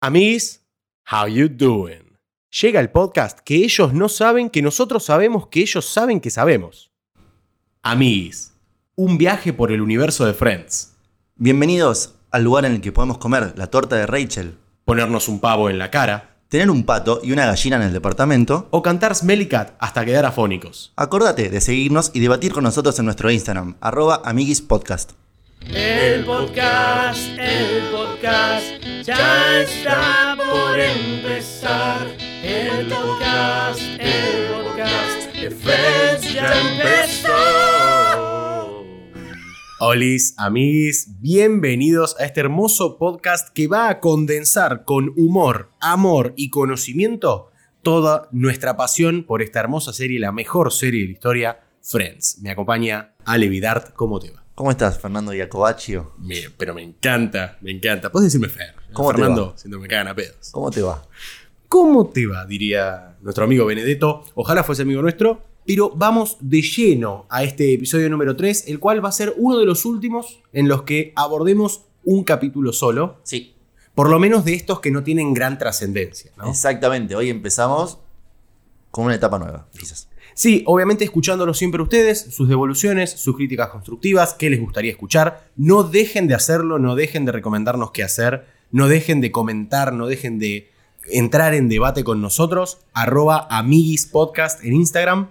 Amiguis, how you doing? Llega el podcast que ellos no saben que nosotros sabemos que ellos saben que sabemos. Amiguis, un viaje por el universo de Friends. Bienvenidos al lugar en el que podemos comer la torta de Rachel, Ponernos un pavo en la cara tener un pato y una gallina en el departamento. o cantar Smelly Cat hasta quedar afónicos. Acordate de seguirnos y debatir con nosotros en nuestro Instagram, arroba amiguispodcast. El podcast, el podcast, ya está por empezar. El podcast, el podcast, de Friends ya empezó. Olis, amiguis, bienvenidos a este hermoso podcast que va a condensar con humor, amor y conocimiento toda nuestra pasión por esta hermosa serie, la mejor serie de la historia, Friends. Me acompaña Ale Vidart, ¿cómo te va? ¿Cómo estás, Fernando Iacobaccio? Me- pero me encanta, me encanta. Puedes decirme Fer. ¿Cómo te Fernando, siento que me cagan a pedos. ¿Cómo te va? ¿Cómo te va? Diría nuestro amigo Benedetto. Ojalá fuese amigo nuestro. Pero vamos de lleno a este episodio número 3, el cual va a ser uno de los últimos en los que abordemos un capítulo solo. Sí. Por lo menos de estos que no tienen gran trascendencia. ¿no? Exactamente, hoy empezamos con una etapa nueva, quizás. Sí, obviamente escuchándolo siempre ustedes, sus devoluciones, sus críticas constructivas, qué les gustaría escuchar. No dejen de hacerlo, no dejen de recomendarnos qué hacer, no dejen de comentar, no dejen de entrar en debate con nosotros. Arroba amiguispodcast en Instagram.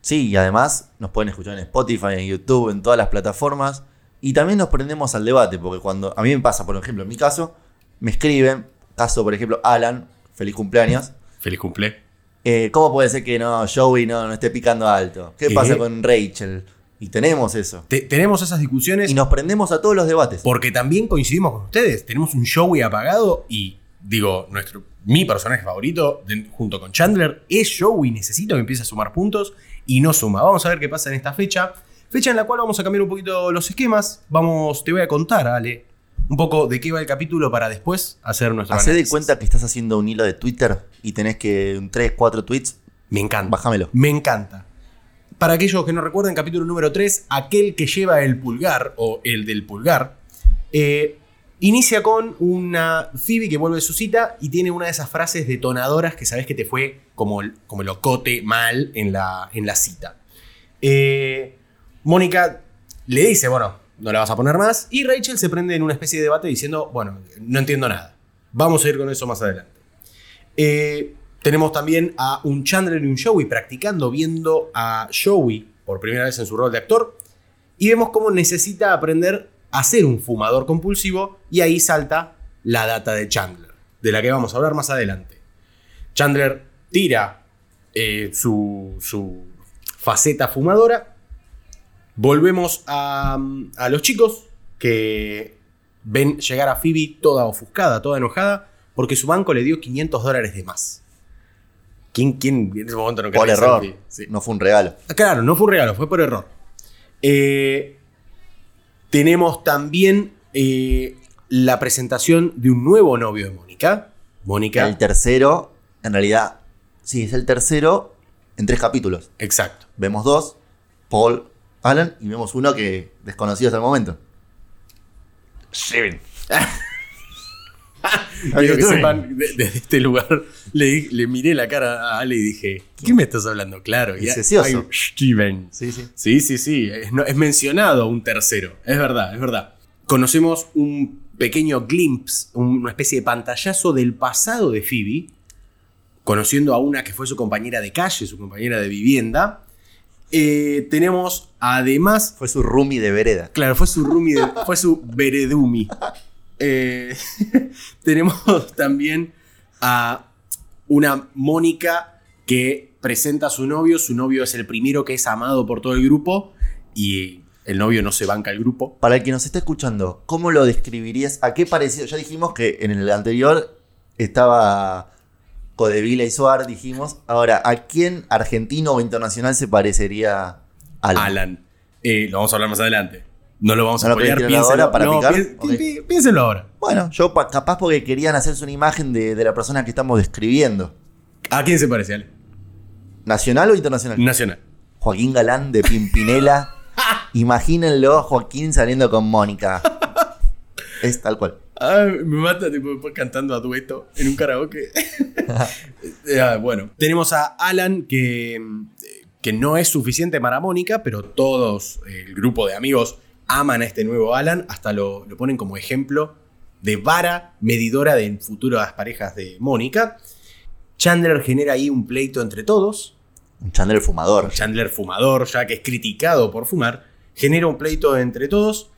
Sí, y además nos pueden escuchar en Spotify, en YouTube, en todas las plataformas. Y también nos prendemos al debate, porque cuando a mí me pasa, por ejemplo, en mi caso, me escriben, caso por ejemplo, Alan, feliz cumpleaños. Feliz cumple. Eh, ¿Cómo puede ser que no, Joey no, no esté picando alto? ¿Qué ¿Qué? pasa con Rachel? Y tenemos eso. Te- tenemos esas discusiones Y nos prendemos a todos los debates. porque también coincidimos con ustedes. Tenemos un Joey apagado y, digo, nuestro, mi personaje favorito de- junto con Chandler es Joey. Necesito que empiece a sumar puntos y no suma. Vamos a ver qué pasa en esta fecha. Fecha en la cual vamos a cambiar un poquito los esquemas. Vamos, te voy a contar, Ale, un poco de qué va el capítulo para después hacer nuestro Hacé de análisis. cuenta que estás haciendo un hilo de Twitter y tenés que un 3, 4 tweets. Me encanta. Bájamelo. Me encanta. Para aquellos que no recuerden, capítulo número 3, aquel que lleva el pulgar o el del pulgar, eh, inicia con una Phoebe que vuelve de su cita y tiene una de esas frases detonadoras que sabes que te fue como, como locote mal en la, en la cita. Eh, Mónica le dice, bueno, no la vas a poner más, y Rachel se prende en una especie de debate diciendo, bueno, no entiendo nada. Vamos a ir con eso más adelante. Eh, tenemos también a un Chandler y un Joey practicando, viendo a Joey por primera vez en su rol de actor. Y vemos cómo necesita aprender a ser un fumador compulsivo. Y ahí salta la data de Chandler, de la que vamos a hablar más adelante. Chandler tira eh, su, su faceta fumadora. Volvemos a, a los chicos que ven llegar a Phoebe toda ofuscada, toda enojada, porque su banco le dio 500 dólares de más. ¿Quién, quién en ese momento no querría Por ser error. Phoebe? Sí. No fue un regalo. Ah, Claro, no fue un regalo, fue por error. Eh, tenemos también eh, la presentación de un nuevo novio de Mónica. El Mónica. tercero, en realidad, sí, es el tercero en tres capítulos. Exacto. Vemos dos, Paul, Alan, y vemos uno que desconocido hasta el momento. Steven. Quiero que sepan, de- desde este lugar le, di- le miré la cara a Ale y dije, ¿qué me estás hablando? Claro. Y Licencioso. hay un Steven. Sí, sí. Sí, sí, sí. Es, no- es mencionado un tercero. Es verdad, es verdad. Conocemos un pequeño glimpse, un- una especie de pantallazo del pasado de Phoebe, conociendo a una que fue su compañera de calle, su compañera de vivienda. Eh, tenemos además. Fue su roomie de vereda. Claro, fue su roomie, de- fue su veredumi. Eh, tenemos también a una Mónica que presenta a su novio. Su novio es el primero que es amado por todo el grupo y el novio no se banca el grupo. Para el que nos está escuchando, ¿cómo lo describirías? ¿A qué parecido? Ya dijimos que en el anterior estaba Codevila y Suar, dijimos. Ahora, ¿a quién argentino o internacional se parecería Alan? Alan. Eh, lo vamos a hablar más adelante. No lo vamos a ¿No lo apoyar. querés tirar ahora para picar? Ok. piénsenlo ahora. Bueno, yo pa- capaz porque querían hacerse una imagen de, de la persona que estamos describiendo. ¿A quién se parece, Ale? ¿Nacional o internacional? Nacional. Joaquín Galán de Pimpinela. Imagínenlo a Joaquín saliendo con Mónica. Es tal cual. Ah, me mata tipo después cantando a dueto en un karaoke. Eh, ah, bueno. Tenemos a Alan, que, que no es suficiente para Mónica, pero todos eh, el grupo de amigos aman a este nuevo Alan, hasta lo, lo ponen como ejemplo de vara medidora de futuras parejas de Mónica. Chandler genera ahí un pleito entre todos. Un Chandler fumador. Chandler fumador, ya que es criticado por fumar, genera un pleito entre todos.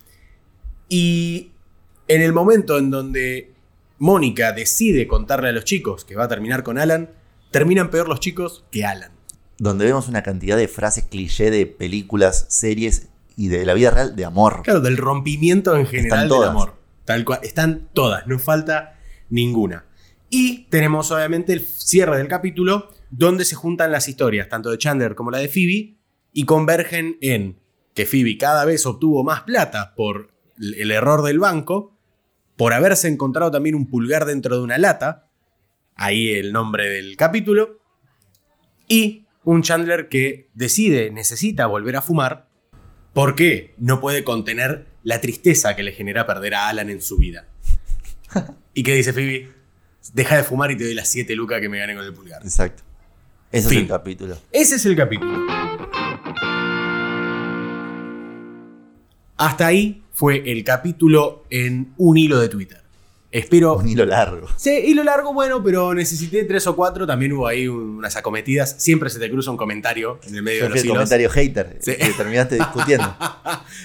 Y en el momento en donde Mónica decide contarle a los chicos que va a terminar con Alan, terminan peor los chicos que Alan. Donde vemos una cantidad de frases cliché de películas, series y de la vida real de amor. Claro, del rompimiento en general del todas. amor. Tal cual, están todas, no falta ninguna. Y tenemos obviamente el cierre del capítulo donde se juntan las historias, tanto de Chandler como la de Phoebe, y convergen en que Phoebe cada vez obtuvo más plata por el el error del banco, por haberse encontrado también un pulgar dentro de una lata, ahí el nombre del capítulo, y un Chandler que decide, necesita volver a fumar, porque no puede contener la tristeza que le genera perder a Alan en su vida. ¿Y qué dice Phoebe? Deja de fumar y te doy las 7 lucas que me gané con el pulgar. Exacto. Ese Fin. es el capítulo. Ese es el capítulo. Hasta ahí fue el capítulo en un hilo de Twitter. Espero. Un hilo largo. Sí, hilo largo, bueno, pero necesité tres o cuatro. También hubo ahí un- unas acometidas. Siempre se te cruza un comentario en el medio Yo de fui los el hilos. comentario hater. Sí. Que terminaste discutiendo.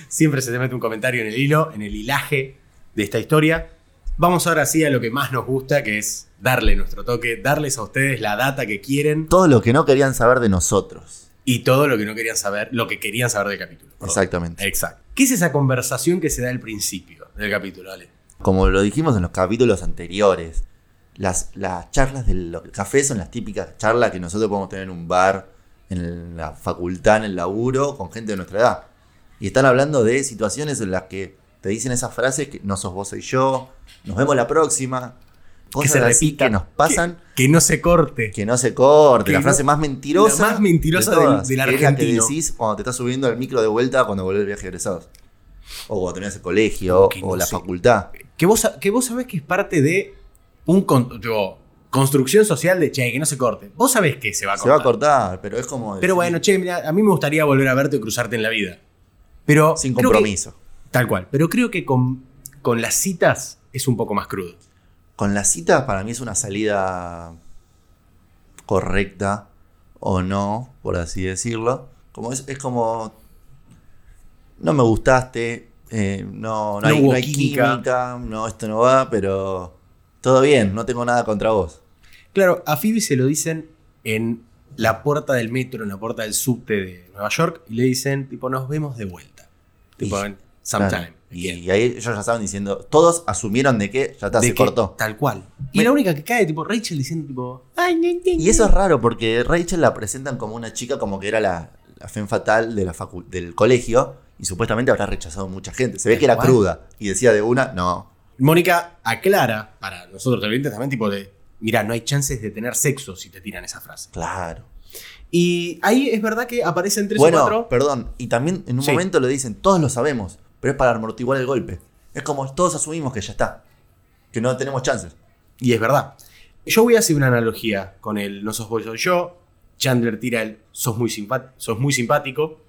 Siempre se te mete un comentario en el hilo, en el hilaje de esta historia. Vamos ahora sí a lo que más nos gusta, que es darle nuestro toque, darles a ustedes la data que quieren Todo lo que no querían saber de nosotros. y todo lo que no querían saber, lo que querían saber del capítulo. Todo. Exactamente. Exacto. ¿Qué es esa conversación que se da al principio del capítulo, Ale? Como lo dijimos en los capítulos anteriores, las, las charlas del lo- café son las típicas charlas que nosotros podemos tener en un bar, en la facultad, en el laburo, con gente de nuestra edad. Y están hablando de situaciones en las que te dicen esas frases que no sos vos, soy yo, nos vemos la próxima. Cosas se así repita. que nos pasan, Que no se corte. que, no se corte. que La no- frase más mentirosa. la más mentirosa del- del que es la que argentino. decís cuando te estás subiendo al micro de vuelta cuando volvés del viaje de egresados. O cuando terminás el colegio, Que o no la sé. facultad. Que vos, que vos sabés que es parte de un con- digo, construcción social de che, que no se corte. Vos sabés que se va a Se cortar. va a cortar, pero es como. Pero bueno, che, mirá, a mí me gustaría volver a verte y cruzarte en la vida. Pero. sin creo compromiso. que- tal cual. Pero creo que con, con las citas es un poco más crudo. Con las citas, para mí es una salida correcta o no, por así decirlo. Como es, es como. No me gustaste, eh, no, no, No hay, hubo no hay química. química. no, esto no va, pero. Todo bien, no tengo nada contra vos. Claro, a Phoebe se lo dicen en la puerta del metro, en la puerta del subte de Nueva York, y le dicen, tipo, nos vemos de vuelta. Tipo, Y- sometime. Claro. Y, y ahí ellos ya estaban diciendo. Todos asumieron de que ya está, De se que- cortó. Tal cual. Y Me- la única que cae, tipo, Rachel diciendo, tipo, ay, no entiendo. Y eso es raro porque Rachel la presentan como una chica como que era la, la femme fatal de la facu- del colegio y supuestamente habrá rechazado mucha gente. Se ve que era Igual. cruda y decía de una, no. Mónica aclara para nosotros televidentes también, tipo, de, mira, no hay chances de tener sexo si te tiran esa frase. Claro. Y ahí es verdad que aparecen tres Bueno, o cuatro. perdón. Y también en un Sí. momento lo dicen, todos lo sabemos, pero es para amortiguar el golpe. Es como todos asumimos que ya está, que no tenemos chances. Y es verdad. Yo voy a hacer una analogía con el No sos vos, soy yo. Chandler tira el sos muy, simpa- sos muy simpático,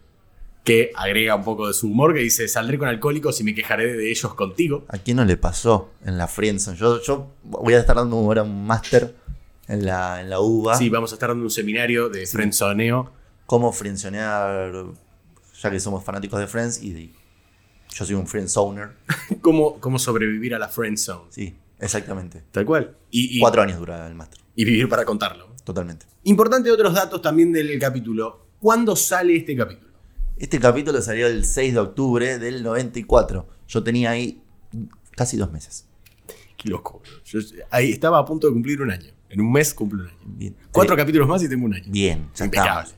que agrega un poco de su humor, que dice saldré con alcohólicos y me quejaré de ellos contigo. ¿A quién no le pasó en la Friendzone? Yo, yo voy a estar dando ahora un máster en la, en la UBA. Sí, vamos a estar dando un seminario de frenzoneo. cómo friendzonear, ya que somos fanáticos de Friends y de- yo soy un friendzoner. Cómo, cómo sobrevivir a la friendzone. Sí, exactamente. Tal cual. Y, y- Cuatro años dura el máster, y vivir para contarlo. totalmente. Importante otros datos también del capítulo. ¿Cuándo sale este capítulo? Este capítulo salió el 6 de octubre del 94. Yo tenía ahí casi dos meses. Qué loco. boludo. Yo ahí estaba a punto de cumplir un año. En un mes cumplo un año. Bien. Cuatro Sí, capítulos más y tengo un año. Bien, ya Impecable. estamos.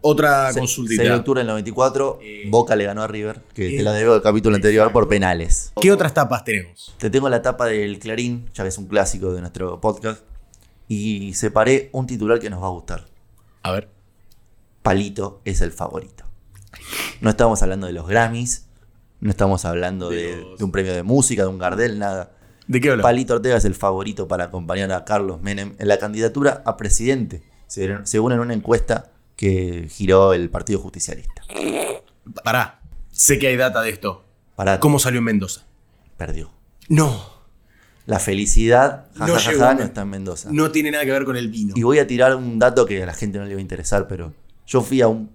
Otra Se- 6 de consultita. octubre del 94, Eh, Boca le ganó a River, que eh, te la debo del capítulo anterior por penales. ¿Qué otras tapas tenemos? Te tengo la tapa del Clarín, ya que es un clásico de nuestro podcast, y separé un titular que nos va a gustar. A ver. Palito es el favorito. No estamos hablando de los Grammys, no estamos hablando De de, los- de un premio de música, de un Gardel, nada. ¿De qué hablas? Palito Ortega es el favorito para acompañar a Carlos Menem en la candidatura a presidente, se- según en una encuesta que giró el Partido Justicialista. Pará, sé que hay data de esto. Para ¿Cómo salió en Mendoza? perdió. No, La felicidad ja, No ja, ja, llegó, ja, man. no está en Mendoza. no tiene nada que ver con el vino. Y voy a tirar un dato que a la gente no le va a interesar, pero yo fui a un,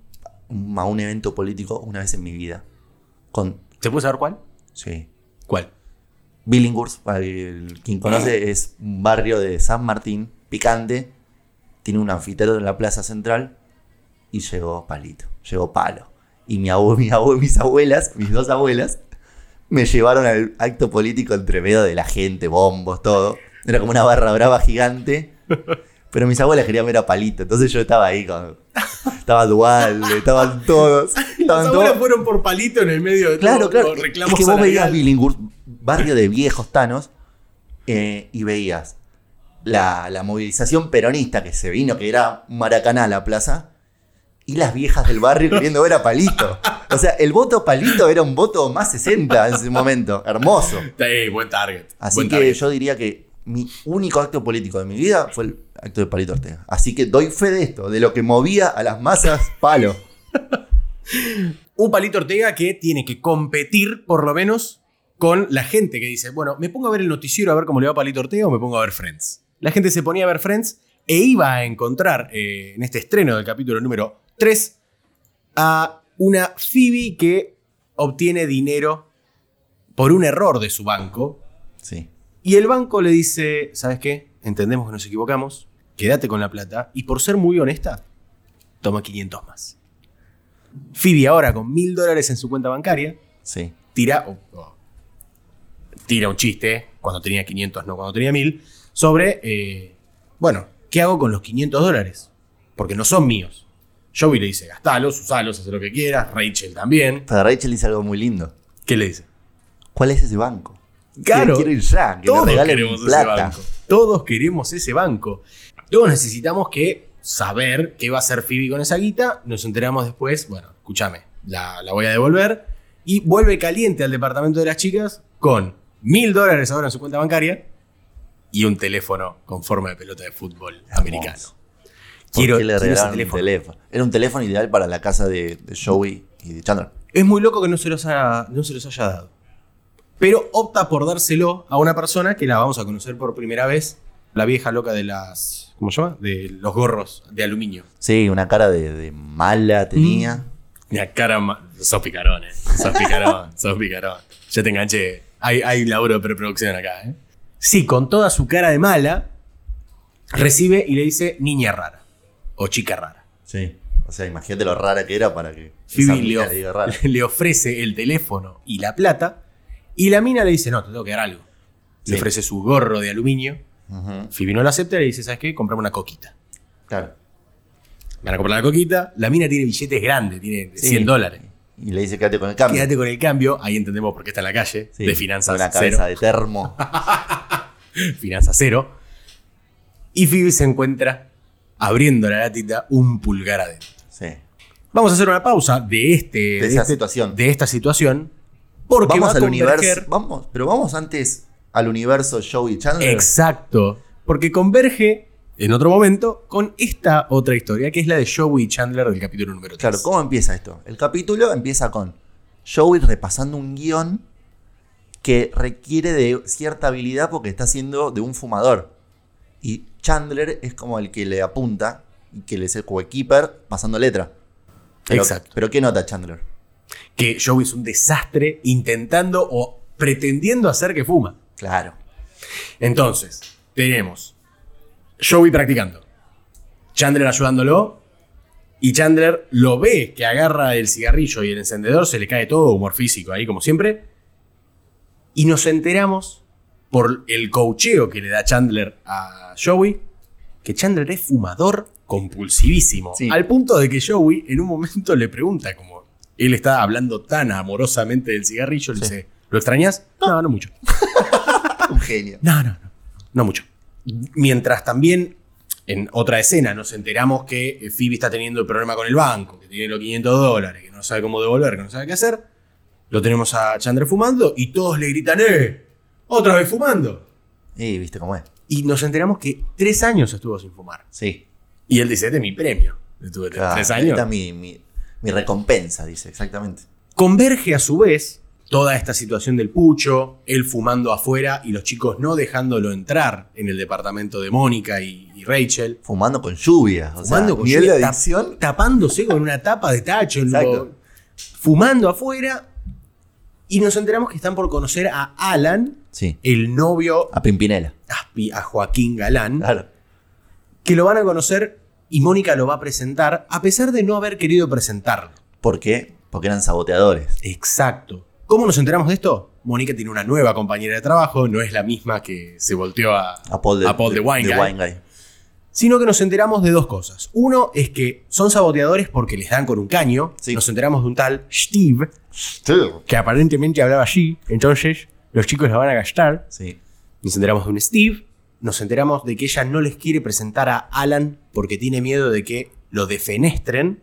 a un evento político una vez en mi vida. Con, ¿Se puede saber cuál? sí. ¿Cuál? Billinghurst, para el- quien conoce, es un barrio de San Martín, picante. Tiene un anfiteatro en la plaza central. Y llegó Palito, llegó Palo. Y mi abue- mi abue- mis abuelas, mis dos abuelas, me llevaron al acto político entre medio de la gente, bombos, todo. Era como una barra brava gigante. Pero mis abuelas querían ver a Palito, entonces yo estaba ahí con. Estaba Dualde, estaban todos. Las Estaban todos. abuelas fueron por palito en el medio de Claro, todo, claro. los reclamos Es que vos veías salariales. Billinghurst, barrio de viejos tanos, eh, y veías la, la movilización peronista que se vino, que era Maracaná la plaza, y las viejas del barrio queriendo ver a Palito. O sea, el voto Palito era un voto más 60 en ese momento. Hermoso. Eh, buen target. Así buen que target. yo diría que mi único acto político de mi vida fue el acto de Palito Ortega. Así que doy fe de esto, de lo que movía a las masas palo. Un palito Ortega que tiene que competir, por lo menos, con la gente que dice, bueno, me pongo a ver el noticiero a ver cómo le va a Palito Ortega o me pongo a ver Friends. La gente se ponía a ver Friends e iba a encontrar eh, en este estreno del capítulo número 3 a una Phoebe que obtiene dinero por un error de su banco Sí. y el banco le dice, ¿sabes qué? Entendemos que nos equivocamos, quédate con la plata y por ser muy honesta, toma 500 más. Phoebe ahora con 1000 dólares en su cuenta bancaria, Sí. tira, o- o tira un chiste, cuando tenía 500, no cuando tenía 1000, sobre, eh, bueno, ¿qué hago con los 500 dólares? Porque no son míos. Joey le dice, gastalos, usalos, haz lo que quieras, Rachel también. Para Rachel dice algo muy lindo. ¿Qué le dice? ¿Cuál es ese banco? Claro. Quiero- Quiero ir ya, que me Todos regalen queremos ese plata. banco. Todos queremos ese banco. Todos necesitamos que saber qué va a hacer Phoebe con esa guita. Nos enteramos después, bueno, escúchame, la, la voy a devolver. Y vuelve caliente al departamento de las chicas con mil dólares ahora en su cuenta bancaria y un teléfono con forma de pelota de fútbol americano. ¿Por Quiero- qué le quiero ese regalaron un teléfono. teléfono? Era un teléfono ideal para la casa de, de Joey y de Chandler. Es muy loco que no se, los ha- no se los haya dado. Pero opta por dárselo a una persona que la vamos a conocer por primera vez. La vieja loca de las. ¿Cómo se llama? De los gorros de aluminio. Sí, una cara de, de mala tenía. La cara. ma- Sos picarón, eh. Sos picarón, sos picarón. Ya te enganché. Hay, hay laburo de preproducción acá, eh. Sí, con toda su cara de mala, recibe y le dice niña rara. O chica rara. Sí. O sea, imagínate lo rara que era para que esa Phoebe le, mina of- le diga rara. le ofrece el teléfono y la plata. Y la mina le dice, no, te tengo que dar algo. Sí. Le ofrece su gorro de aluminio. Ujú, Phoebe no lo acepta y le dice, ¿sabes qué? Comprame una coquita. Claro. Van a comprar la coquita. La mina tiene billetes grandes, tiene de Sí. 100 dólares. Y le dice, quédate con el cambio. Quédate con el cambio. Ahí entendemos por qué está en la calle. Sí, de finanzas Con la cero. cabeza de termo. Finanzas cero. Y Phoebe se encuentra abriendo la latita un pulgar adentro. Sí. Vamos a hacer una pausa de, este, De esa este- situación. de esta situación. Porque Vamos va a al universo. converger- Vamos, pero vamos antes al universo Joey y Chandler. Exacto. Porque converge en otro momento con esta otra historia, que es la de Joey y Chandler del capítulo número 3. Claro, ¿cómo empieza esto? El capítulo empieza con Joey repasando un guión que requiere de cierta habilidad porque está siendo de un fumador. Y Chandler es como el que le apunta y que le es el coequiper pasando letra. Pero- Exacto. Pero ¿qué nota Chandler? Que Joey es un desastre intentando o pretendiendo hacer que fuma. Claro. Entonces, tenemos Joey practicando, Chandler ayudándolo, y Chandler lo ve que agarra el cigarrillo y el encendedor, se le cae todo, humor físico ahí como siempre, y nos enteramos por el cocheo que le da Chandler a Joey, que Chandler es fumador compulsivísimo, Sí. al punto de que Joey en un momento le pregunta como... Él está hablando tan amorosamente del cigarrillo, le Sí. dice, ¿lo extrañas? No, no mucho. Un genio. No, no, no. No mucho. Mientras también en otra escena nos enteramos que eh, Phoebe está teniendo el problema con el banco, que tiene los 500 dólares, que no sabe cómo devolver, que no sabe qué hacer. Lo tenemos a Chandler fumando y todos le gritan, ¡eh! otra vez fumando. Y viste cómo es. Y nos enteramos que tres años estuvo sin fumar. Sí. Y él dice, este es mi premio. Estuve claro. tres años. Esta es mi, mi- mi recompensa, dice, exactamente. Converge a su vez toda esta situación del pucho, él fumando afuera y los chicos no dejándolo entrar en el departamento de Mónica y, y Rachel. Fumando con lluvia. O Fumando sea, con nivel lluvia, de tap- adicción. Tapándose con una tapa de tacho. lo- Exacto. fumando afuera. Y nos enteramos que están por conocer a Alan, Sí. el novio A Pimpinela. Aspi, a Joaquín Galán, Claro. que lo van a conocer y Mónica lo va a presentar, a pesar de no haber querido presentarlo. ¿Por qué? Porque eran saboteadores. Exacto. ¿Cómo nos enteramos de esto? Mónica tiene una nueva compañera de trabajo, no es la misma que se volteó a, A Paul de, a Paul de Wine Guy, Wine Guy. sino que nos enteramos de dos cosas. Uno es que son saboteadores porque les dan con un caño. Sí. Nos enteramos de un tal Steve, que aparentemente hablaba allí, entonces los chicos la van a gastar. Sí. Nos enteramos de un Steve, nos enteramos de que ella no les quiere presentar a Alan porque tiene miedo de que lo defenestren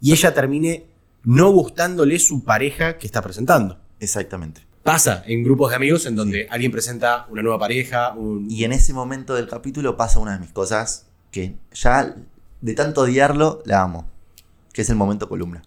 y ella termine no gustándole su pareja que está presentando. Exactamente. Pasa en grupos de amigos en donde alguien presenta una nueva pareja, un... Y en ese momento del capítulo pasa una de mis cosas que ya de tanto odiarlo la amo. Que es el momento columna.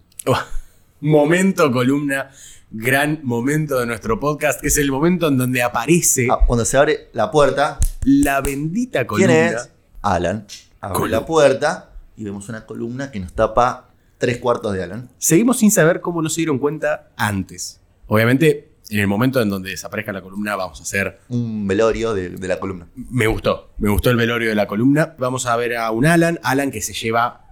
momento columna, gran momento de nuestro podcast, que es el momento en donde aparece Ah, cuando se abre la puerta, la bendita columna. ¿Quién es? Alan. Abre Columna. la puerta y vemos una columna que nos tapa tres cuartos de Alan. Seguimos sin saber cómo no se dieron cuenta antes. Obviamente, en el momento en donde desaparezca la columna vamos a hacer... Un velorio de, de la columna. Me gustó, me gustó el velorio de la columna. Vamos a ver a un Alan, Alan que se lleva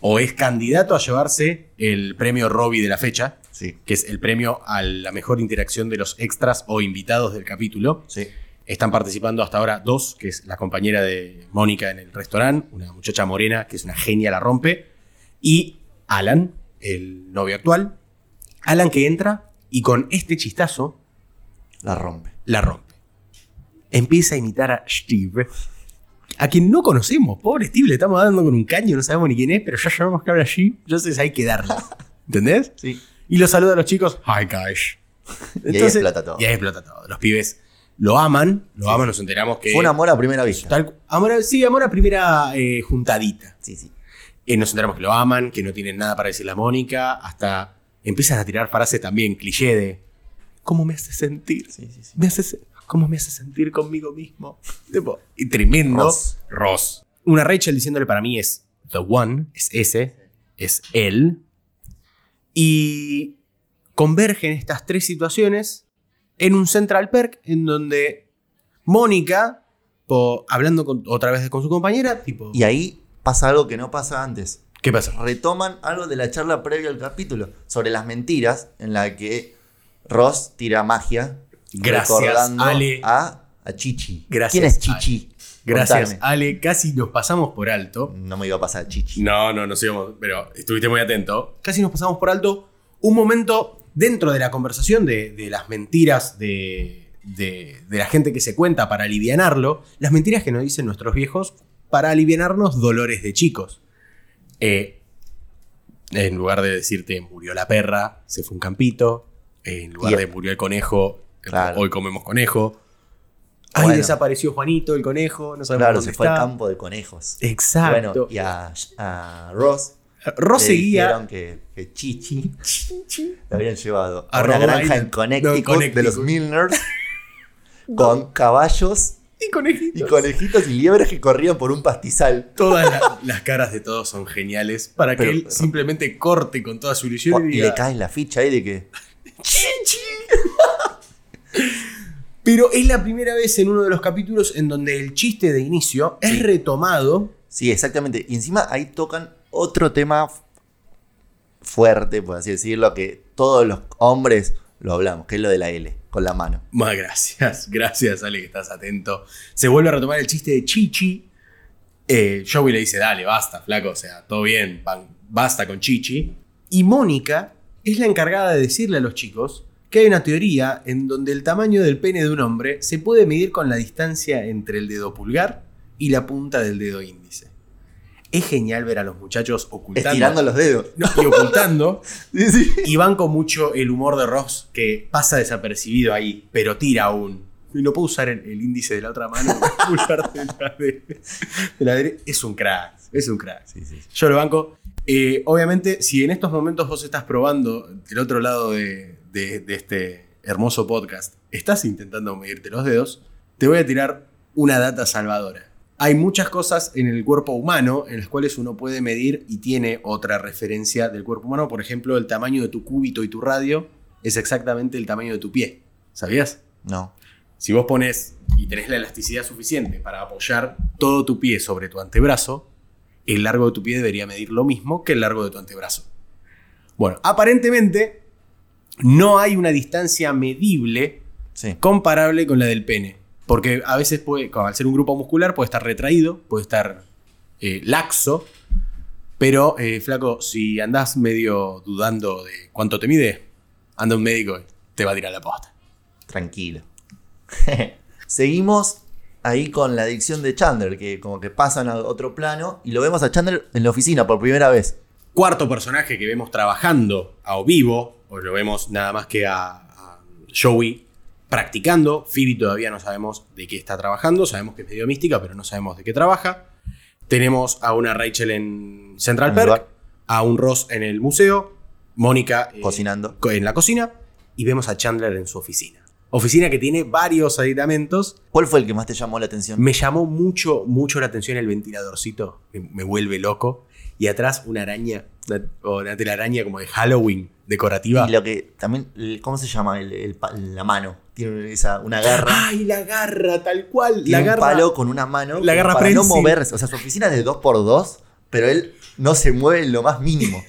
o es candidato a llevarse el premio Robbie de la fecha, Sí. que es el premio a la mejor interacción de los extras o invitados del capítulo. Sí. Están participando hasta ahora dos, que es la compañera de Mónica en el restaurante, una muchacha morena que es una genia, la rompe, y Alan, el novio actual. Alan que entra y con este chistazo La rompe. la rompe. Empieza a imitar a Steve, a quien no conocemos. Pobre Steve, le estamos dando con un caño, no sabemos ni quién es, pero ya sabemos que habla allí, entonces hay que darle. ¿Entendés? Sí. Y lo saluda a los chicos. Hi, guys. ahí explota todo. Y ahí explota todo. Los pibes lo aman, lo aman, nos enteramos que. Fue un amor a primera vista. Tal- amor a- sí, amor a primera eh, juntadita. Sí, sí. Eh, nos enteramos que lo aman, que no tienen nada para decirle a Mónica, hasta empiezan a tirar frases también, cliché de. ¿Cómo me hace sentir? Sí, sí, sí. Me hace se- ¿Cómo me hace sentir conmigo mismo? Tipo, y tremendo. Ross. Ross. Una Rachel diciéndole para mí es The One, es ese, es él. Y convergen estas tres situaciones en un Central Perk en donde Mónica, po- hablando con- otra vez con su compañera, tipo... Y ahí pasa algo que no pasa antes. ¿Qué pasa? Retoman algo de la charla previa al capítulo sobre las mentiras en la que Ross tira magia. Gracias, recordando Ale. A, a Chichi. Gracias, ¿Quién es Chichi? Gracias, Contame. Ale. Casi nos pasamos por alto. No me iba a pasar Chichi. No, no, no sigamos, pero estuviste muy atento. casi nos pasamos por alto un momento dentro de la conversación de, de las mentiras de, de- de la gente que se cuenta para alivianarlo, las mentiras que nos dicen nuestros viejos para alivianarnos dolores de chicos. Eh, en lugar de decirte murió la perra, se fue un campito, eh, en lugar Y- de murió el conejo, eh, Claro. hoy comemos conejo. Ahí Bueno. desapareció Juanito, el conejo, no sabemos Claro, dónde se fue al está. campo de conejos. Exacto. Bueno, y a, a Ross. Ross le seguía dijeron que, que Chichi lo habían llevado a, A una Rhode granja Island. en Connecticut, No, en Connecticut. de los Milners con caballos y conejitos. y conejitos y liebres que corrían por un pastizal. Todas la- las caras de todos son geniales para que Pero- él simplemente corte con toda su Y ilusión y le diga, cae la ficha ahí de que. "Chichi". Pero es la primera vez en uno de los capítulos en donde el chiste de inicio es retomado. Sí, exactamente. Y encima ahí tocan otro tema f- fuerte, por así decirlo, que todos los hombres lo hablamos, que es lo de la L, con la mano. Más gracias, gracias Ale que estás atento. Se vuelve a retomar el chiste de Chichi. Eh, Joey le dice, dale, basta, flaco, o sea, todo bien, pan- basta con Chichi. Y Mónica es la encargada de decirle a los chicos que hay una teoría en donde el tamaño del pene de un hombre se puede medir con la distancia entre el dedo pulgar y la punta del dedo índice. Es genial ver a los muchachos ocultando, Estirando los dedos. No, y ocultando Sí, sí. y banco mucho el humor de Ross que pasa desapercibido ahí, pero tira un. Y no puedo usar el, el índice de la otra mano. el pulgar de la, de- de la derecha. Es un crack. Es un crack. Sí, sí. Yo lo banco. Eh, obviamente, si en estos momentos vos estás probando el otro lado de, de- de este hermoso podcast, estás intentando medirte los dedos, te voy a tirar una data salvadora. Hay muchas cosas en el cuerpo humano en las cuales uno puede medir y tiene otra referencia del cuerpo humano. Por ejemplo, el tamaño de tu cúbito y tu radio es exactamente el tamaño de tu pie. ¿Sabías? No. Si vos pones y tenés la elasticidad suficiente para apoyar todo tu pie sobre tu antebrazo, el largo de tu pie debería medir lo mismo que el largo de tu antebrazo. Bueno, aparentemente no hay una distancia medible Sí. comparable con la del pene. Porque a veces puede, como al ser un grupo muscular, puede estar retraído, puede estar eh, laxo. Pero, eh, flaco, si andás medio dudando de cuánto te mide, anda un médico y te va a tirar la posta. Tranquilo. Seguimos ahí con la adicción de Chandler, que como que pasan a otro plano y lo vemos a Chandler en la oficina por primera vez. cuarto personaje que vemos trabajando a o vivo, o lo vemos nada más que a, a Joey practicando. Phoebe todavía no sabemos de qué está trabajando, sabemos que es medio mística, pero no sabemos de qué trabaja. Tenemos a una Rachel en Central En el Park, bar. a un Ross en el museo, Mónica eh, Cocinando. co- en la cocina, y vemos a Chandler en su oficina. Oficina que tiene varios aditamentos ¿Cuál fue el que más te llamó la atención? me llamó mucho, mucho la atención el ventiladorcito. Me, me vuelve loco. Y atrás una araña, una, o una telaraña como de Halloween, decorativa. Y lo que también, el- ¿cómo se llama? El- el pa- la mano. Tiene esa, una garra. ¡Ay, la garra! Tal cual. Tiene la garra. un palo con una mano. la garra Para no prensil. moverse. O sea, su oficina es de 2x2, pero él no se mueve en lo más mínimo.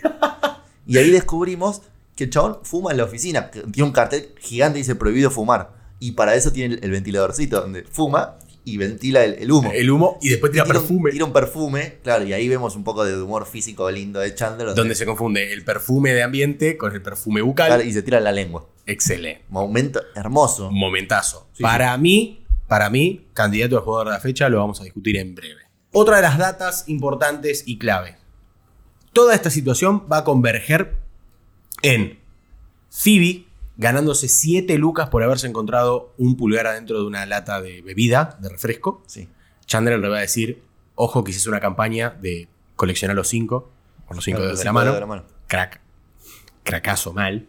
y ahí descubrimos que el chabón fuma en la oficina. que Tiene un cartel gigante y dice prohibido fumar. Y para eso tiene el, el ventiladorcito donde fuma y ventila el, el humo. El humo y después tira Y un- perfume. tira un perfume, claro, y ahí vemos un poco de humor físico lindo de Chandler. donde- Donde se confunde el perfume de ambiente con el perfume bucal. claro, y se tira la lengua. Excelente. Momento hermoso. Momentazo. Sí, para mí, para mí, candidato a jugador de la fecha, lo vamos a discutir en breve. Otra de las datas importantes y clave. Toda esta situación va a converger en Phoebe ganándose 7 lucas por haberse encontrado un pulgar adentro de una lata de bebida, de refresco. Sí. Chandler le va a decir, ojo que hiciste una campaña de coleccionar los 5, por los 5 Claro, dedos de cinco la mano dedos de la mano. crack, cracazo mal,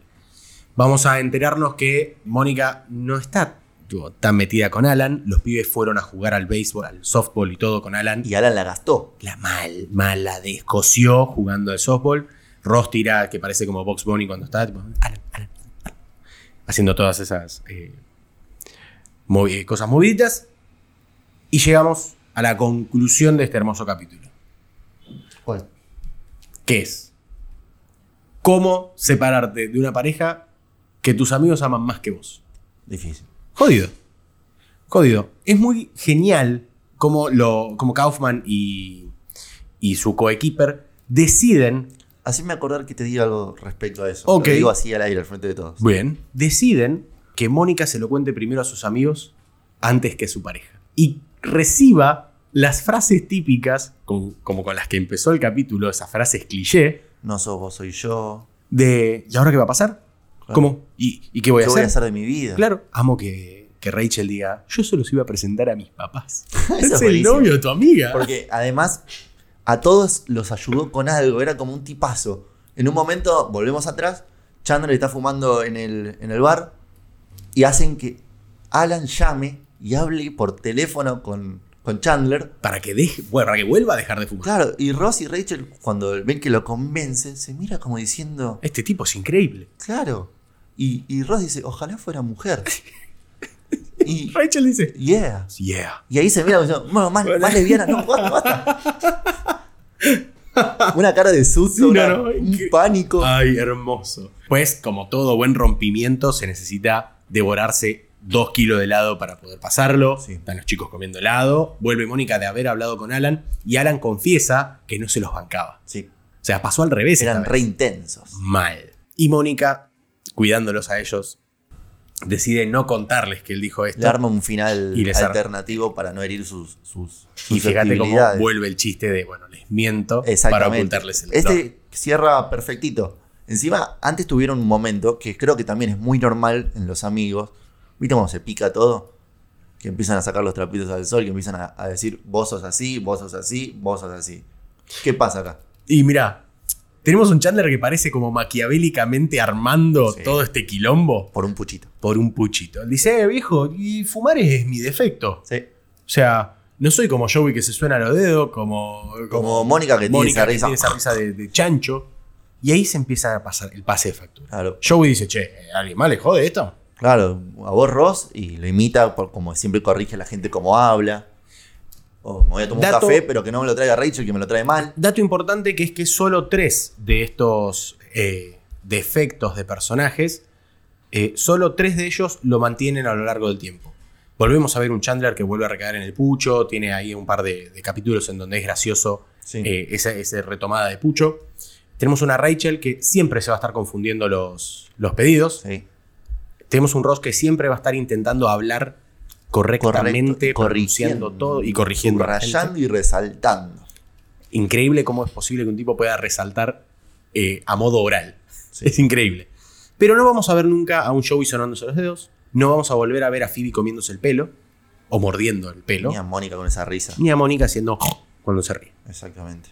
vamos a enterarnos que Mónica no está tipo, tan metida con Alan. Los pibes fueron a jugar al béisbol, al softball y todo con Alan. Y Y Alan la gastó. la mal, mal la descoció jugando al softball. Ross tira, que parece como Box Bunny cuando está, tipo, Alan, Alan, Alan. haciendo todas esas eh, movi- eh, cosas moviditas. Y llegamos a la conclusión de este hermoso capítulo. ¿Cuál? que es cómo separarte de una pareja que tus amigos aman más que vos. Difícil. Jodido. Jodido. Es muy genial cómo, lo, cómo Kaufman y, y su coequiper deciden, Haceme acordar que te diga algo respecto a eso. Ok. Te lo digo así al aire, al frente de todos. bien, deciden que Mónica se lo cuente primero a sus amigos antes que a su pareja. Y reciba las frases típicas, con- como con las que empezó el capítulo, esas frases cliché, No sos vos, soy yo. de ¿y ahora qué va a pasar? Claro. ¿Cómo? ¿Y, y qué voy a ¿Qué hacer? voy a hacer de mi vida? Claro, amo que, que Rachel diga, yo se los iba a presentar a mis papás. Eso es buenísimo. de tu amiga. Porque además a todos los ayudó con algo, era como un tipazo. En un momento, volvemos atrás, Chandler está fumando en el, en el bar y hacen que Alan llame y hable por teléfono con, con Chandler. Para que, deje, bueno, para que vuelva a dejar de fumar. Claro, y Ross y Rachel, cuando ven que lo convence, se mira como diciendo, Este tipo es increíble. claro. Y, y Ross dice, ojalá fuera mujer. Y, Rachel dice, yeah. yeah. Y ahí se mira como diciendo, bueno, más, más lesbiana, no, basta, basta. Una cara de susto, Sí, una- no, no, un que- Ah. pánico. Ay, hermoso. Pues, como todo buen rompimiento, se necesita devorarse dos kilos de helado para poder pasarlo. Sí. Están los chicos comiendo helado. Vuelve Mónica de haber hablado con Alan y Alan confiesa que no se los bancaba. Sí, O sea, pasó al revés. esta eran vez. re intensos. mal. Y Mónica, cuidándolos a ellos, decide no contarles que él dijo Le esto. arma un final Y les ar- alternativo para no herir sus, sus y fíjate cómo susceptibilidades. vuelve el chiste de, bueno, les miento para Exactamente. ocultarles el este dolor. cierra perfectito. Encima, antes tuvieron un momento que creo que también es muy normal en los amigos. ¿Viste cómo se pica todo? que empiezan a sacar los trapitos al sol, que empiezan a, a decir, vos sos así, vos sos así, vos sos así. ¿Qué pasa acá? Y mirá, tenemos un Chandler que parece como maquiavélicamente armando Sí. todo este quilombo Por un puchito. por un puchito. Él dice, eh, viejo, y fumar es mi defecto. Sí. O sea, no soy como Joey que se suena los dedos, como, Como Mónica que tiene esa que risa. tiene esa risa de, de chancho. Y ahí se empieza a pasar el pase de factura. Claro, Joey dice, che, ¿alguien más le jode esto? claro, a vos Ross y lo imita por- como siempre corrige a la gente como habla. O me voy a tomar Dato- un café, pero que no me lo traiga Rachel, que me lo trae mal. Dato importante que es que solo tres de estos eh, defectos de personajes, eh, solo tres de ellos lo mantienen a lo largo del tiempo. Volvemos a ver un Chandler que vuelve a recaer en el pucho, tiene ahí un par de, de capítulos en donde es gracioso Sí. eh, esa, esa retomada de pucho. Tenemos una Rachel que siempre se va a estar confundiendo los, los pedidos. Sí. Tenemos un Ross que siempre va a estar intentando hablar correctamente, Correcto, pronunciando todo y corrigiendo. a la gente. Rayando y resaltando. Increíble cómo es posible que un tipo pueda resaltar eh, a modo oral. Sí. Es increíble. Pero no vamos a ver nunca a un Joey sonándose los dedos. No vamos a volver a ver a Phoebe comiéndose el pelo o mordiendo el pelo. Ni a Mónica con esa risa. Ni a Mónica haciendo cuando se ríe. Exactamente.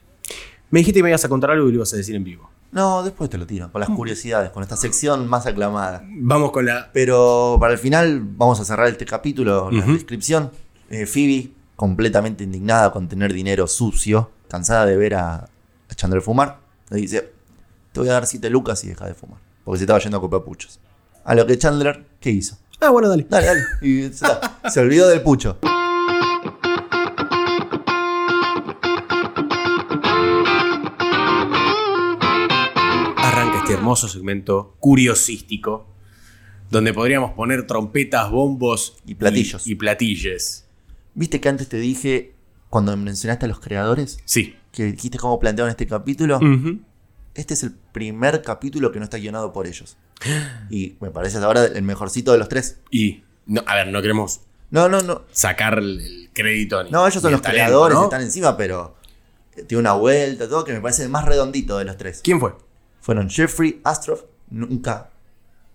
Me dijiste que me ibas a contar algo y lo ibas a decir en vivo. No, después te lo tiro, con las curiosidades, con esta sección más aclamada. Vamos con la Pero para el final vamos a cerrar este capítulo, la Ujú. descripción. Eh, Phoebe, completamente indignada con tener dinero sucio, cansada de ver a, a Chandler fumar, le dice, te voy a dar 7 lucas y deja de fumar, porque se estaba yendo a comprar puchos. A lo que Chandler, ¿qué hizo? Ah, bueno, dale. Dale, dale. Y ya está. se olvidó del pucho. Arranca este hermoso segmento curiosístico, donde podríamos poner trompetas, bombos Y platillos. Y, y platilles. ¿Viste que antes te dije, cuando mencionaste a los creadores, Sí. que dijiste cómo plantearon este capítulo? Ujú. Este es el primer capítulo que no está guionado por ellos. Y me parece hasta ahora el mejorcito de los tres. Y, no, a ver, no queremos No, no, no. sacar el- el crédito. Ni, No, ellos ni son el los talento, creadores, ¿no? están encima, pero eh, tiene una vuelta, todo, que me parece el más redondito de los tres. ¿Quién fue? Fueron Jeffrey Astroff, nunca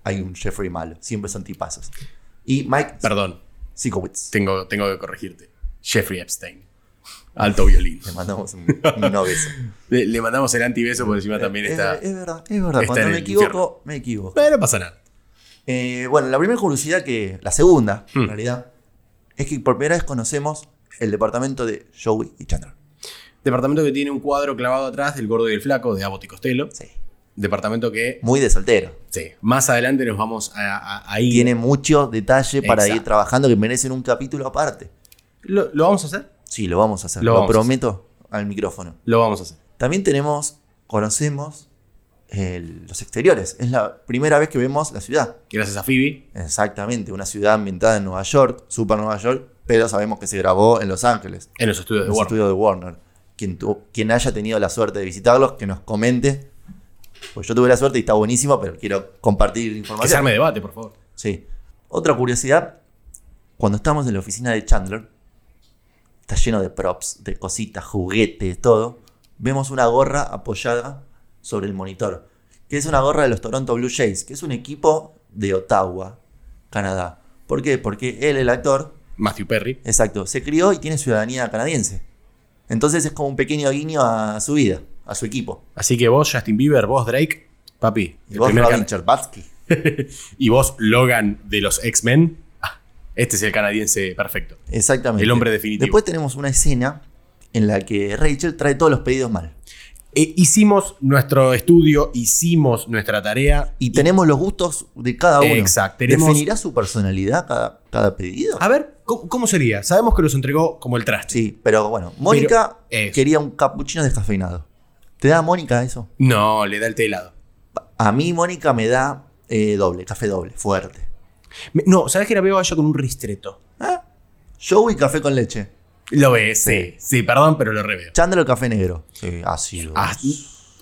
hay un Jeffrey malo, siempre son tipazos. Y Mike Perdón, Sikowitz. tengo, tengo que corregirte. Jeffrey Epstein. Alto violín. Le mandamos un, un no beso. Le, le mandamos el antibeso por encima también es, está. es verdad, es está verdad. en Cuando me el equivoco, infierno. me equivoco. Pero no pasa nada. Eh, bueno, la primera curiosidad que. La segunda, Hmm. en realidad, es que por primera vez conocemos el departamento de Joey y Chandler. Departamento que tiene un cuadro clavado atrás del gordo y el flaco de Abbott y Costello. Sí. Departamento que, Muy de soltero. sí, más adelante nos vamos a, a- a ir. Tiene mucho detalle para ir Exacto. trabajando que merecen un capítulo aparte. ¿Lo, lo vamos a hacer? Sí, lo vamos a hacer. Lo Lo, vamos a prometo al micrófono. Lo vamos a hacer. También tenemos, conocemos el- los exteriores. Es la primera vez que vemos la ciudad. Gracias a Phoebe. Exactamente, una ciudad ambientada en Nueva York, super Nueva York, pero sabemos que se grabó en Los Ángeles. En los estudios de los Warner. estudios de Warner. Quien, tu- quien haya tenido la suerte de visitarlos, que nos comente. Pues yo tuve la suerte y está buenísimo, pero quiero compartir Que se información. arme debate, por favor. Sí. Otra curiosidad, cuando estamos en la oficina de Chandler, está lleno de props, de cositas, juguetes, todo. Vemos una gorra apoyada sobre el monitor, que es una gorra de los Toronto Blue Jays, que es un equipo de Ottawa, Canadá. ¿Por qué? Porque él, el actor, Matthew Perry. Exacto, se crió y tiene ciudadanía canadiense. Entonces es como un pequeño guiño a su vida, a su equipo. Así que vos, Justin Bieber, vos, Drake, papi. Y el vos, primer Robin can- Cherbatsky. y vos, Logan de los X-Men. Ah, este es el canadiense perfecto. Exactamente. El hombre definitivo. Después tenemos una escena en la que Rachel trae todos los pedidos mal. Eh, hicimos nuestro estudio, hicimos nuestra tarea. Y tenemos los gustos de cada uno. Exacto, tenemos- Ah. ¿Definirá su personalidad cada, cada pedido? A ver, ¿cómo, cómo sería? Sabemos que los entregó como el traste. Sí, pero bueno. Mónica eso. quería un capuchino descafeinado. ¿Te da Mónica eso? No, le da el té helado. A mí Mónica me da eh, doble, café doble, fuerte. Me- no, ¿sabes que la veo a ella con un ristreto? ¿Ah? Joey, café con leche. Lo ves, sí. Sí, perdón, pero lo reveo. Chandler, café negro. Sí, ácido. Ah,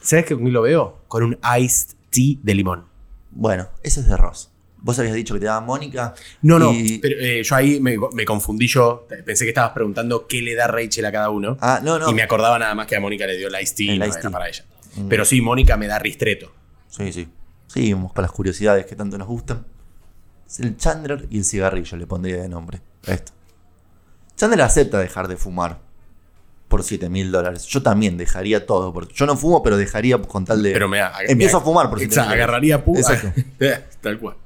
¿Sabes que con qué lo veo? Con un iced tea de limón. Bueno, ese es de Ross. Vos habías dicho que te daba Mónica. No, no, y- pero, eh, yo ahí me, me confundí yo. Pensé que estabas preguntando qué le da Rachel a cada uno. Ah, no, no. Y me acordaba nada más que a Mónica le dio el iced tea, El no iced era tea. Mm. para ella. Pero sí, Mónica me da ristreto. Sí, sí. Seguimos con las curiosidades que tanto nos gustan. Es El Chandler y el cigarrillo le pondría de nombre. Esto. Chandler acepta dejar de fumar por 7 mil dólares. Yo también dejaría todo. por- yo no fumo, pero dejaría con tal de. Pero me Empiezo a fumar, por si si te Exacto, interesa. agarraría pu. Exacto. Eh, Tal cual.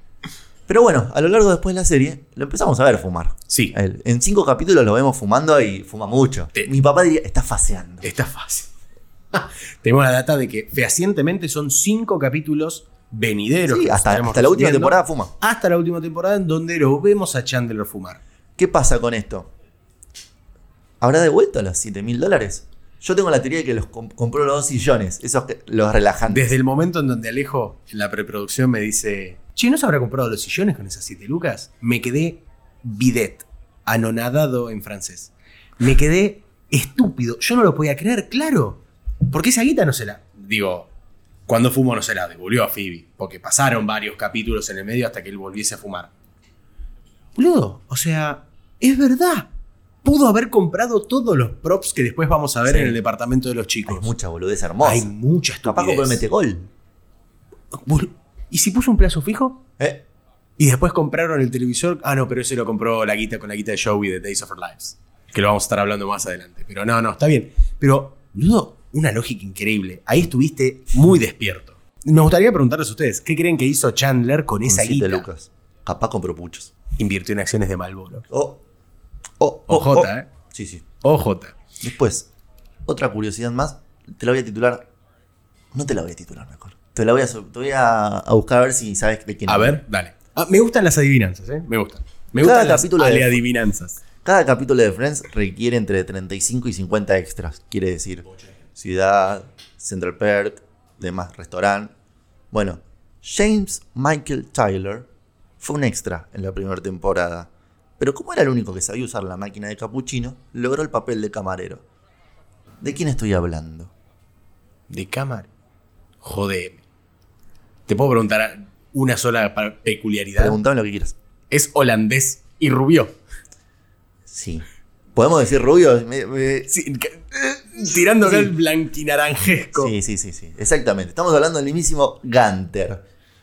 Pero bueno, a lo largo después de la serie, lo empezamos a ver fumar. Sí, A él. En cinco capítulos lo vemos fumando y fuma mucho. Sí. Mi papá diría, está faseando. Está fácil. Tenemos la data de que fehacientemente son cinco capítulos venideros. Sí, que hasta, estaremos hasta la última recibiendo. temporada fuma. Hasta la última temporada en donde lo vemos a Chandler fumar. ¿Qué pasa con esto? ¿Habrá devuelto los 7 mil dólares? Yo tengo la teoría de que los com- compró los dos sillones, esos que- los relajantes. Desde el momento en donde Alejo en la preproducción me dice, che, ¿no se habrá comprado los sillones con esas siete lucas? Me quedé bidet, anonadado en francés. Me quedé estúpido. Yo no lo podía creer, claro. Porque esa guita no se la... Digo, cuando fumó no se la devolvió a Phoebe. Porque pasaron varios capítulos en el medio hasta que él volviese a fumar. Boludo, o sea, es verdad. Pudo haber comprado todos los props que después vamos a ver Sí. en el departamento de los Hay chicos. mucha boludez hermosa. Hay mucha estupidez. Capaz compró el metegol. Bol- ¿Y si puso un plazo fijo? ¿Eh? Y después compraron el televisor. Ah, no, pero ese lo compró la guita con la guita de Joey de Days of Our Lives. Que lo vamos a estar hablando más adelante. Pero no, no, está bien. Pero, boludo, una lógica increíble. Ahí estuviste muy despierto. Nos gustaría preguntarles a ustedes, ¿qué creen que hizo Chandler con Con esa siete guita? lucas. Capaz compró puchos. Invirtió en acciones de Malboro. Oh. Oh, oh, OJ, oh. ¿eh? Sí, sí. OJ. Después, otra curiosidad más. Te la voy a titular. No te la voy a titular mejor. Te la voy a, so- te voy a, a buscar a ver si sabes de quién A es. ver, dale. Ah, me gustan las adivinanzas, ¿eh? Me gusta. Me Cada gustan las capítulo de- aleadivinanzas. Cada capítulo de Friends requiere entre 35 y 50 extras. Quiere decir, ciudad, Central Perk, demás restaurante. Bueno, James Michael Tyler fue un extra en la primera temporada. Pero como era el único que sabía usar la máquina de capuchino, logró el papel de camarero. ¿De quién estoy hablando? De cámara. Joder. Te puedo preguntar a- una sola pa- peculiaridad. Preguntame lo que quieras. Es holandés y rubio. Sí. ¿Podemos decir rubio? Me- me- Sí, ca- eh, tirando acá Sí. el blanquinaranjesco. Sí, sí, sí, sí. Exactamente. Estamos hablando del mismísimo Gunter.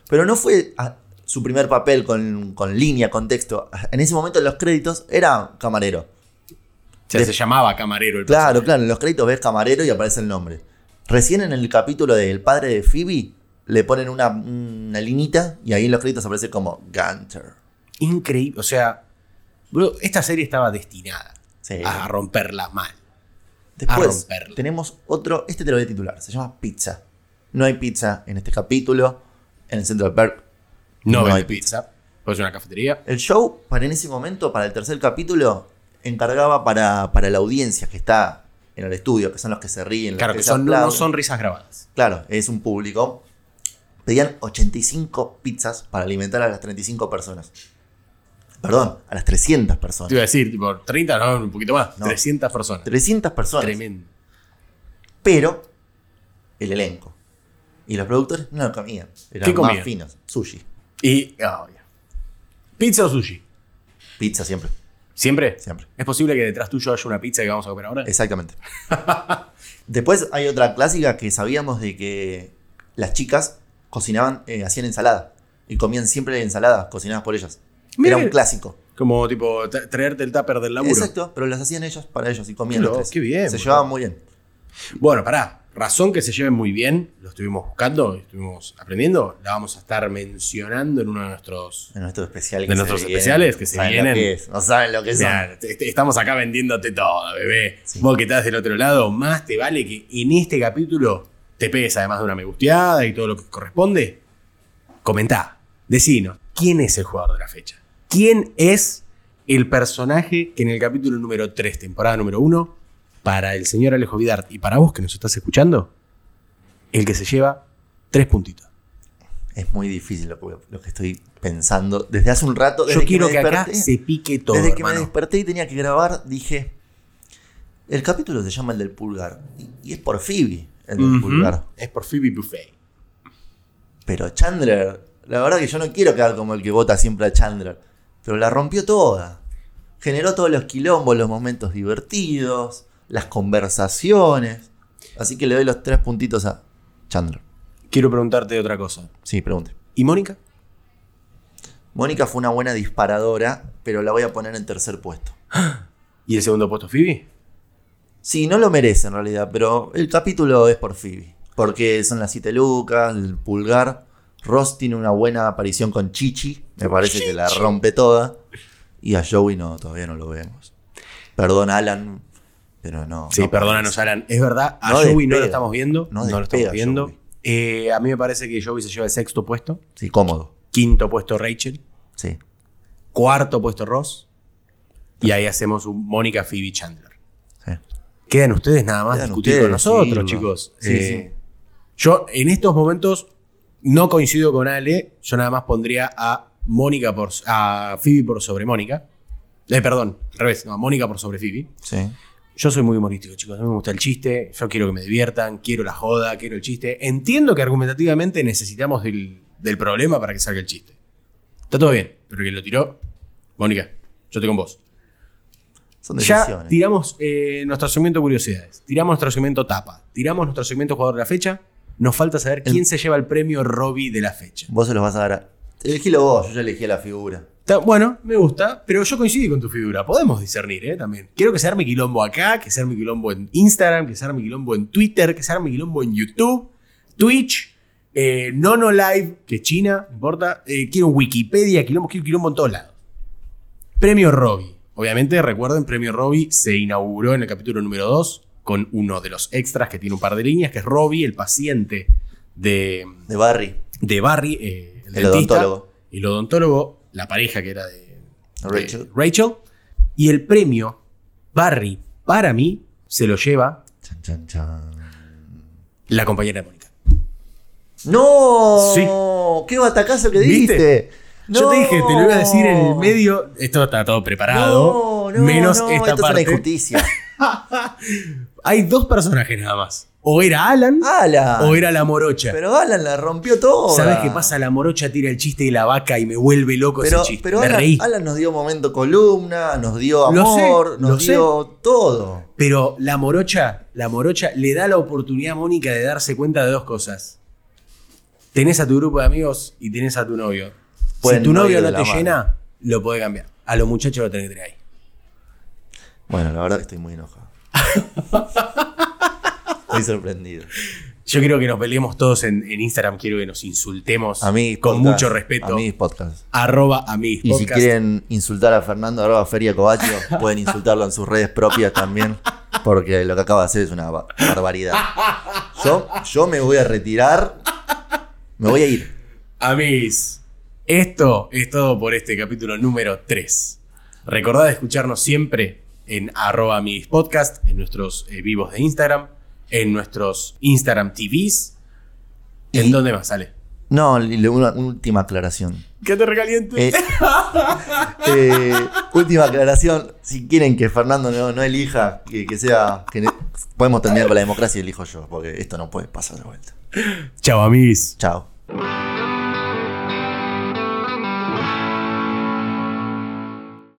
Pero no fue ah, su primer papel con, con línea, con texto. En ese momento en los créditos era camarero. O sea, se llamaba camarero el Claro, claro. En los créditos ves camarero y aparece el nombre. Recién en el capítulo del padre de Phoebe le ponen una, una linita y ahí en los créditos aparece como Gunter. Increíble. O sea, boludo, esta serie estaba destinada Sí. a romperla mal. Después A romperla. tenemos otro, este te lo voy a titular, se llama Pizza. No hay pizza en este capítulo, en el Central Park. No, No vende hay pizza. Pues una cafetería. El show, para en ese momento, para el tercer capítulo, encargaba para, para la audiencia que está en el estudio, que son los que se ríen, los Claro, que que se son, no aplauden. son risas grabadas. Claro, es un público. Pedían 85 pizzas para alimentar a las 35 personas. Perdón, a las 300 Te personas. iba a decir, tipo, 30, no, un poquito más. No. 300 personas. 300 personas. Tremendo. Pero el elenco. Y los productores no lo comían. Eran ¿Qué comían? más finos. Sushi. Y, ah, obvio. ¿Pizza o sushi? Pizza siempre, ¿Siempre? siempre. ¿Es posible que detrás tuyo haya una pizza que vamos a comer ahora? Exactamente. Después hay otra clásica que sabíamos de que las chicas cocinaban, eh, hacían ensalada. Y comían siempre ensaladas cocinadas por ellas. Mirá Era un que- clásico. Como, tipo, tra- traerte el tupper del laburo. Exacto, pero las hacían ellas para ellos y comían. Qué los loco, tres. qué bien, Se boludo. llevaban muy bien. Bueno, pará. Razón que se lleven muy bien, lo estuvimos buscando, estuvimos aprendiendo, la vamos a estar mencionando en uno de nuestros... En nuestro especial. De nuestros especiales que se saben lo vienen. que es, no saben lo que son. Mirá, te- te- estamos acá vendiéndote todo, bebé. Sí. Vos que estás del otro lado, más te vale que en este capítulo te pegues además de una me gusteada y todo lo que corresponde. Comentá, decinos, ¿quién es el jugador de la fecha? ¿Quién es el personaje que en el capítulo número 3, temporada número 1, para el señor Alejo Vidart y para vos que nos estás escuchando, el que se lleva tres puntitos? Es muy difícil lo que, lo que estoy pensando. Desde hace un rato. Desde Yo quiero me que acá desperté- se pique todo, Desde que me hermano. desperté y tenía que grabar, dije. El capítulo se llama El del Pulgar. Y, y es por Phoebe, el del Ujú. Pulgar. Es por Phoebe Buffet. Pero Chandler, la verdad que yo no quiero quedar como el que vota siempre a Chandler. Pero la rompió toda. Generó todos los quilombos, los momentos divertidos, las conversaciones. Así que le doy los tres puntitos a Chandler. Quiero preguntarte otra cosa. Sí, pregunte. ¿Y Mónica? Mónica fue una buena disparadora, pero la voy a poner en tercer puesto. ¿Y el segundo puesto, Phoebe? Sí, no lo merece en realidad, pero el capítulo es por Phoebe. Porque son las siete lucas, el pulgar. Ross tiene una buena aparición con Chichi. Me parece que la rompe toda. Y a Joey no, todavía no lo vemos. Perdón, Alan, pero no. Sí, no perdónanos, parece. Alan. Es verdad, a No Joey no despega. lo estamos viendo. No No, lo despega, estamos viendo. Joey. Eh, a mí me parece que Joey se lleva el sexto puesto. Sí, cómodo. Quinto puesto, Rachel. Sí. Cuarto puesto, Ross. Y ahí hacemos un Mónica, Phoebe, Chandler. sí. Quedan ustedes nada más Quedan discutir ustedes, con nosotros, Silva. chicos. Sí, Eh, Yo en estos momentos no coincido con Ale. Yo nada más pondría a Mónica por a Phoebe por sobre Mónica. Eh, perdón, al revés, no, a Mónica por sobre Phoebe. sí. Sí. Yo soy muy humorístico, chicos. A mí me gusta el chiste. Yo quiero que me diviertan, quiero la joda, quiero el chiste. Entiendo que argumentativamente necesitamos del, del problema para que salga el chiste. Está todo bien, pero quien lo tiró, Mónica, yo estoy con vos. Son Ya decisiones. tiramos eh, nuestro segmento curiosidades, tiramos nuestro segmento tapa, tiramos nuestro segmento jugador de la fecha. Nos falta saber quién El- se lleva el premio Robbie de la fecha. Vos se los vas a dar a. Elegilo vos, yo ya elegí a la figura. Está- bueno, me gusta, pero yo coincidí con tu figura. Podemos discernir, ¿eh? También. Quiero que se arme quilombo acá, que se arme quilombo en Instagram, que se arme quilombo en Twitter, que se arme quilombo en YouTube, Twitch, eh, Nono Live, que es China, no importa. Eh, quiero Wikipedia, quilombo, quiero quilombo en todos lados. Premio Robbie. Obviamente, recuerden, Premio Robbie se inauguró en el capítulo número 2 con uno de los extras que tiene un par de líneas, que es Robbie, el paciente de, De Barry. de Barry, eh, el, El dentista, odontólogo. el odontólogo, la pareja que era de de Rachel. Rachel. Y el premio Barry, para mí, se lo lleva Chan, chan, chan. la compañera de Mónica. ¡No! Sí. ¡Qué batacazo que ¿Viste? diste! Yo ¡No! te dije, te lo iba a decir en el medio. Esto está todo preparado. No, no, menos no, esta esto parte. es una injusticia. Hay dos personajes nada más. O era Alan ¡Ala! o era la morocha. Ah. Pero Alan la rompió todo. ¿Sabes qué pasa? La morocha tira el chiste de la vaca y me vuelve loco Pero, ese chiste. pero me Alan, reí. Alan nos dio momento columna, nos dio Lo sé, amor, lo nos sé. dio todo. Pero la morocha, la morocha le da la oportunidad a Mónica de darse cuenta de dos cosas. Tenés a tu grupo de amigos y tenés a tu novio. Buen si tu novio novio no de te la mano. llena, lo podés cambiar. A los muchachos lo tenés que tener ahí. Bueno, la verdad que estoy muy enojado. Estoy sorprendido. Yo quiero que nos peleemos todos en, en Instagram, quiero que nos insultemos A mí, con podcast, mucho respeto. A mí, podcast. Arroba a mí. Y si quieren insultar a Fernando arroba Feria Covaccio, pueden insultarlo en sus redes propias también, porque lo que acaba de hacer es una ba- barbaridad. Yo, yo me voy a retirar, me voy a ir. Amis, esto es todo por este capítulo número 3. Recordad escucharnos siempre en arroba mis podcast, en nuestros eh, vivos de Instagram, en nuestros Instagram TVs. ¿En Y- dónde más sale? No, y le- una última aclaración. Que te recaliente. Eh, eh, última aclaración, si quieren que Fernando no, no elija, que, que sea... que ne- podemos terminar con la democracia y elijo yo, porque esto no puede pasar de vuelta. Chao, amis. Chao.